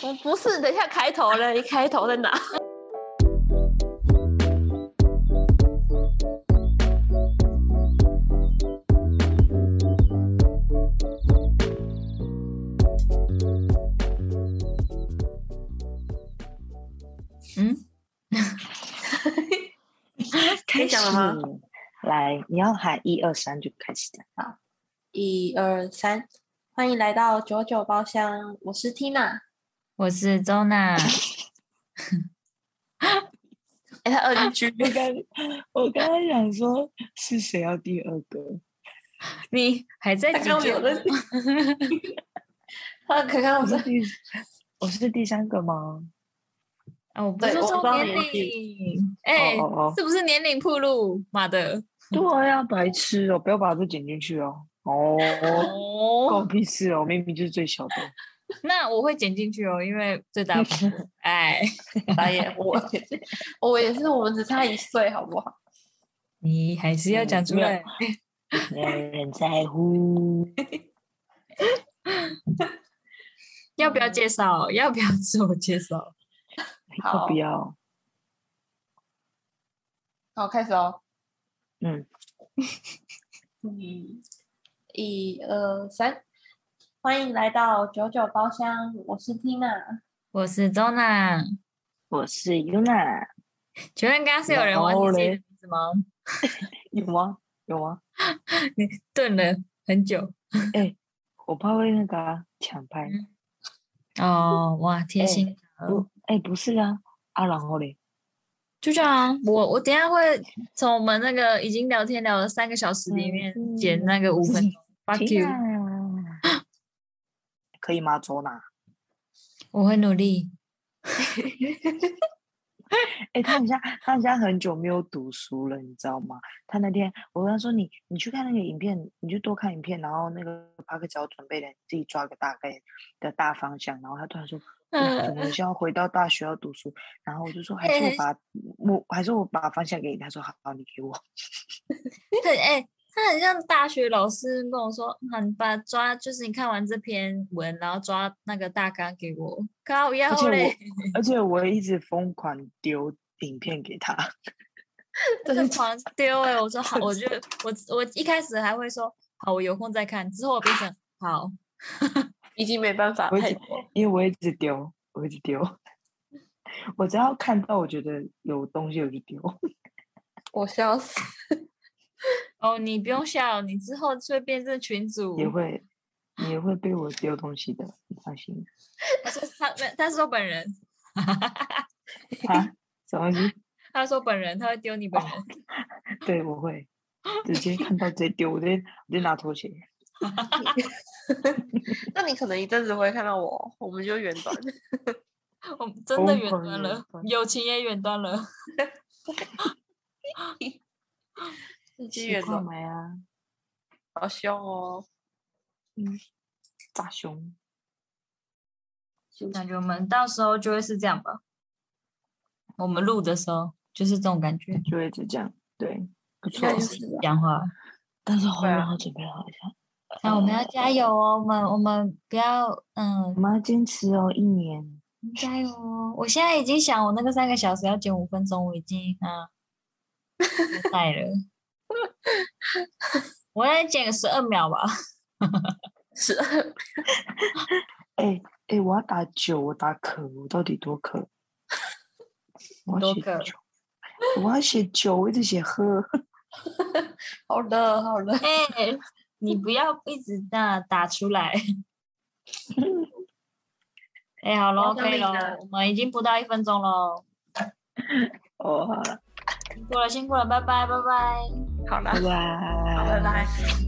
不不是，等一下开头了，你开头在哪？嗯，可以讲了吗？来，你要喊一二三就开始讲啊！一二三，欢迎来到九九包厢，我是 Tina。我是周娜，哎、他二居，我刚我刚刚想说是谁要第二个，你还在他几刚刚有九？问题。 他刚刚我我是在第我是第三个吗？哦，我不对是我说不知道年年龄，哎、哦哦哦，是不是年龄铺路？妈的！对啊，白痴哦，不要把这剪进去哦。哦，关我哦，屁事哦，明明就是最小的。那我会剪进去哦，因为最大不哎，打野，我也是， 我也是，我们只差一岁，好不好？你还是要讲嗯出没有来。没有人在 乎。要不要介绍？要不要自我介绍？要好不要？好，开始哦。嗯， 嗯，一二三，欢迎来到九九包厢，我是 Tina。我是周娜，我是 Yuna，请问刚刚是有人然忘后记自己的嘞名字吗？有吗？有吗？顿了很久。我怕会那个啊抢拍。嗯哦，哇，贴哎心。不，哎，不是啊，啊，然后嘞，就这样啊，我我等一下会从我们那个已经聊天聊了三个小时里面嗯啊剪那个五分钟。Fuck you， Tina 可以吗？周娜？我会努力。哎、他们家他们家很久没有读书了，你知道吗？他那天我跟他说你你去看那个影片，你就多看影片，然后那个帕克只要准备的，你自己抓个大概的大方向。然后他突然说，哇怎么呃现在回到大学要读书？然后我就说，还哎是很我把我还是我把方向给你。他说好，好你给我。对，哎、他很像大学老师跟我说，啊，你把抓就是你看完这篇文，然后抓那个大纲给我，靠而腰且嘞，我而且我一直疯狂丢影片给他。真真的的狂丢哎、我说好， 我就我我一开始还会说好，我有空再看，之后我变成好，已经没办法我已太经多。因为我一直丢，我一直丢。 我只要看到我觉得有东西我就丢。我笑死。 哦，你不用笑，你之后就会变成群主，嗯也会，也会被我丢东西的，你 放心。他说他他是说本人。啊，什么东西？他说本人，他会丢你本人。对，我会直接看到直接丢，我直接我直接拿拖鞋。那你可能一阵子不会看到我，我们就远 端。我们真的哦疯远狂端远了，端友情也远端了。 日积习远惯端，买啊，好凶哦！大胸。感觉我们到时候就会是这样吧。我们录的时候就是这种感觉，就会一直这样，对，不应错该。就就是是吧讲话。但是喉对啊啊咙要准备好嗯一下，那我们要加油哦，我们我们不要嗯我，们要坚持哦，一年。加油哦！我现在已经想我那个三个小时要减五分钟，我已经啊不带了。我再减个十二秒吧。是， 哎哎，我要打九，我打渴，我到底多渴？我多要写渴九，我要写九，我一直写 喝。好的好的，哎、你不要一直那打出来。哎、好要喽，当可以领喽了，我们已经不到一分钟喽，哦，好了，辛苦了，辛苦了，拜拜，拜拜。好啦拜，拜，好拜拜。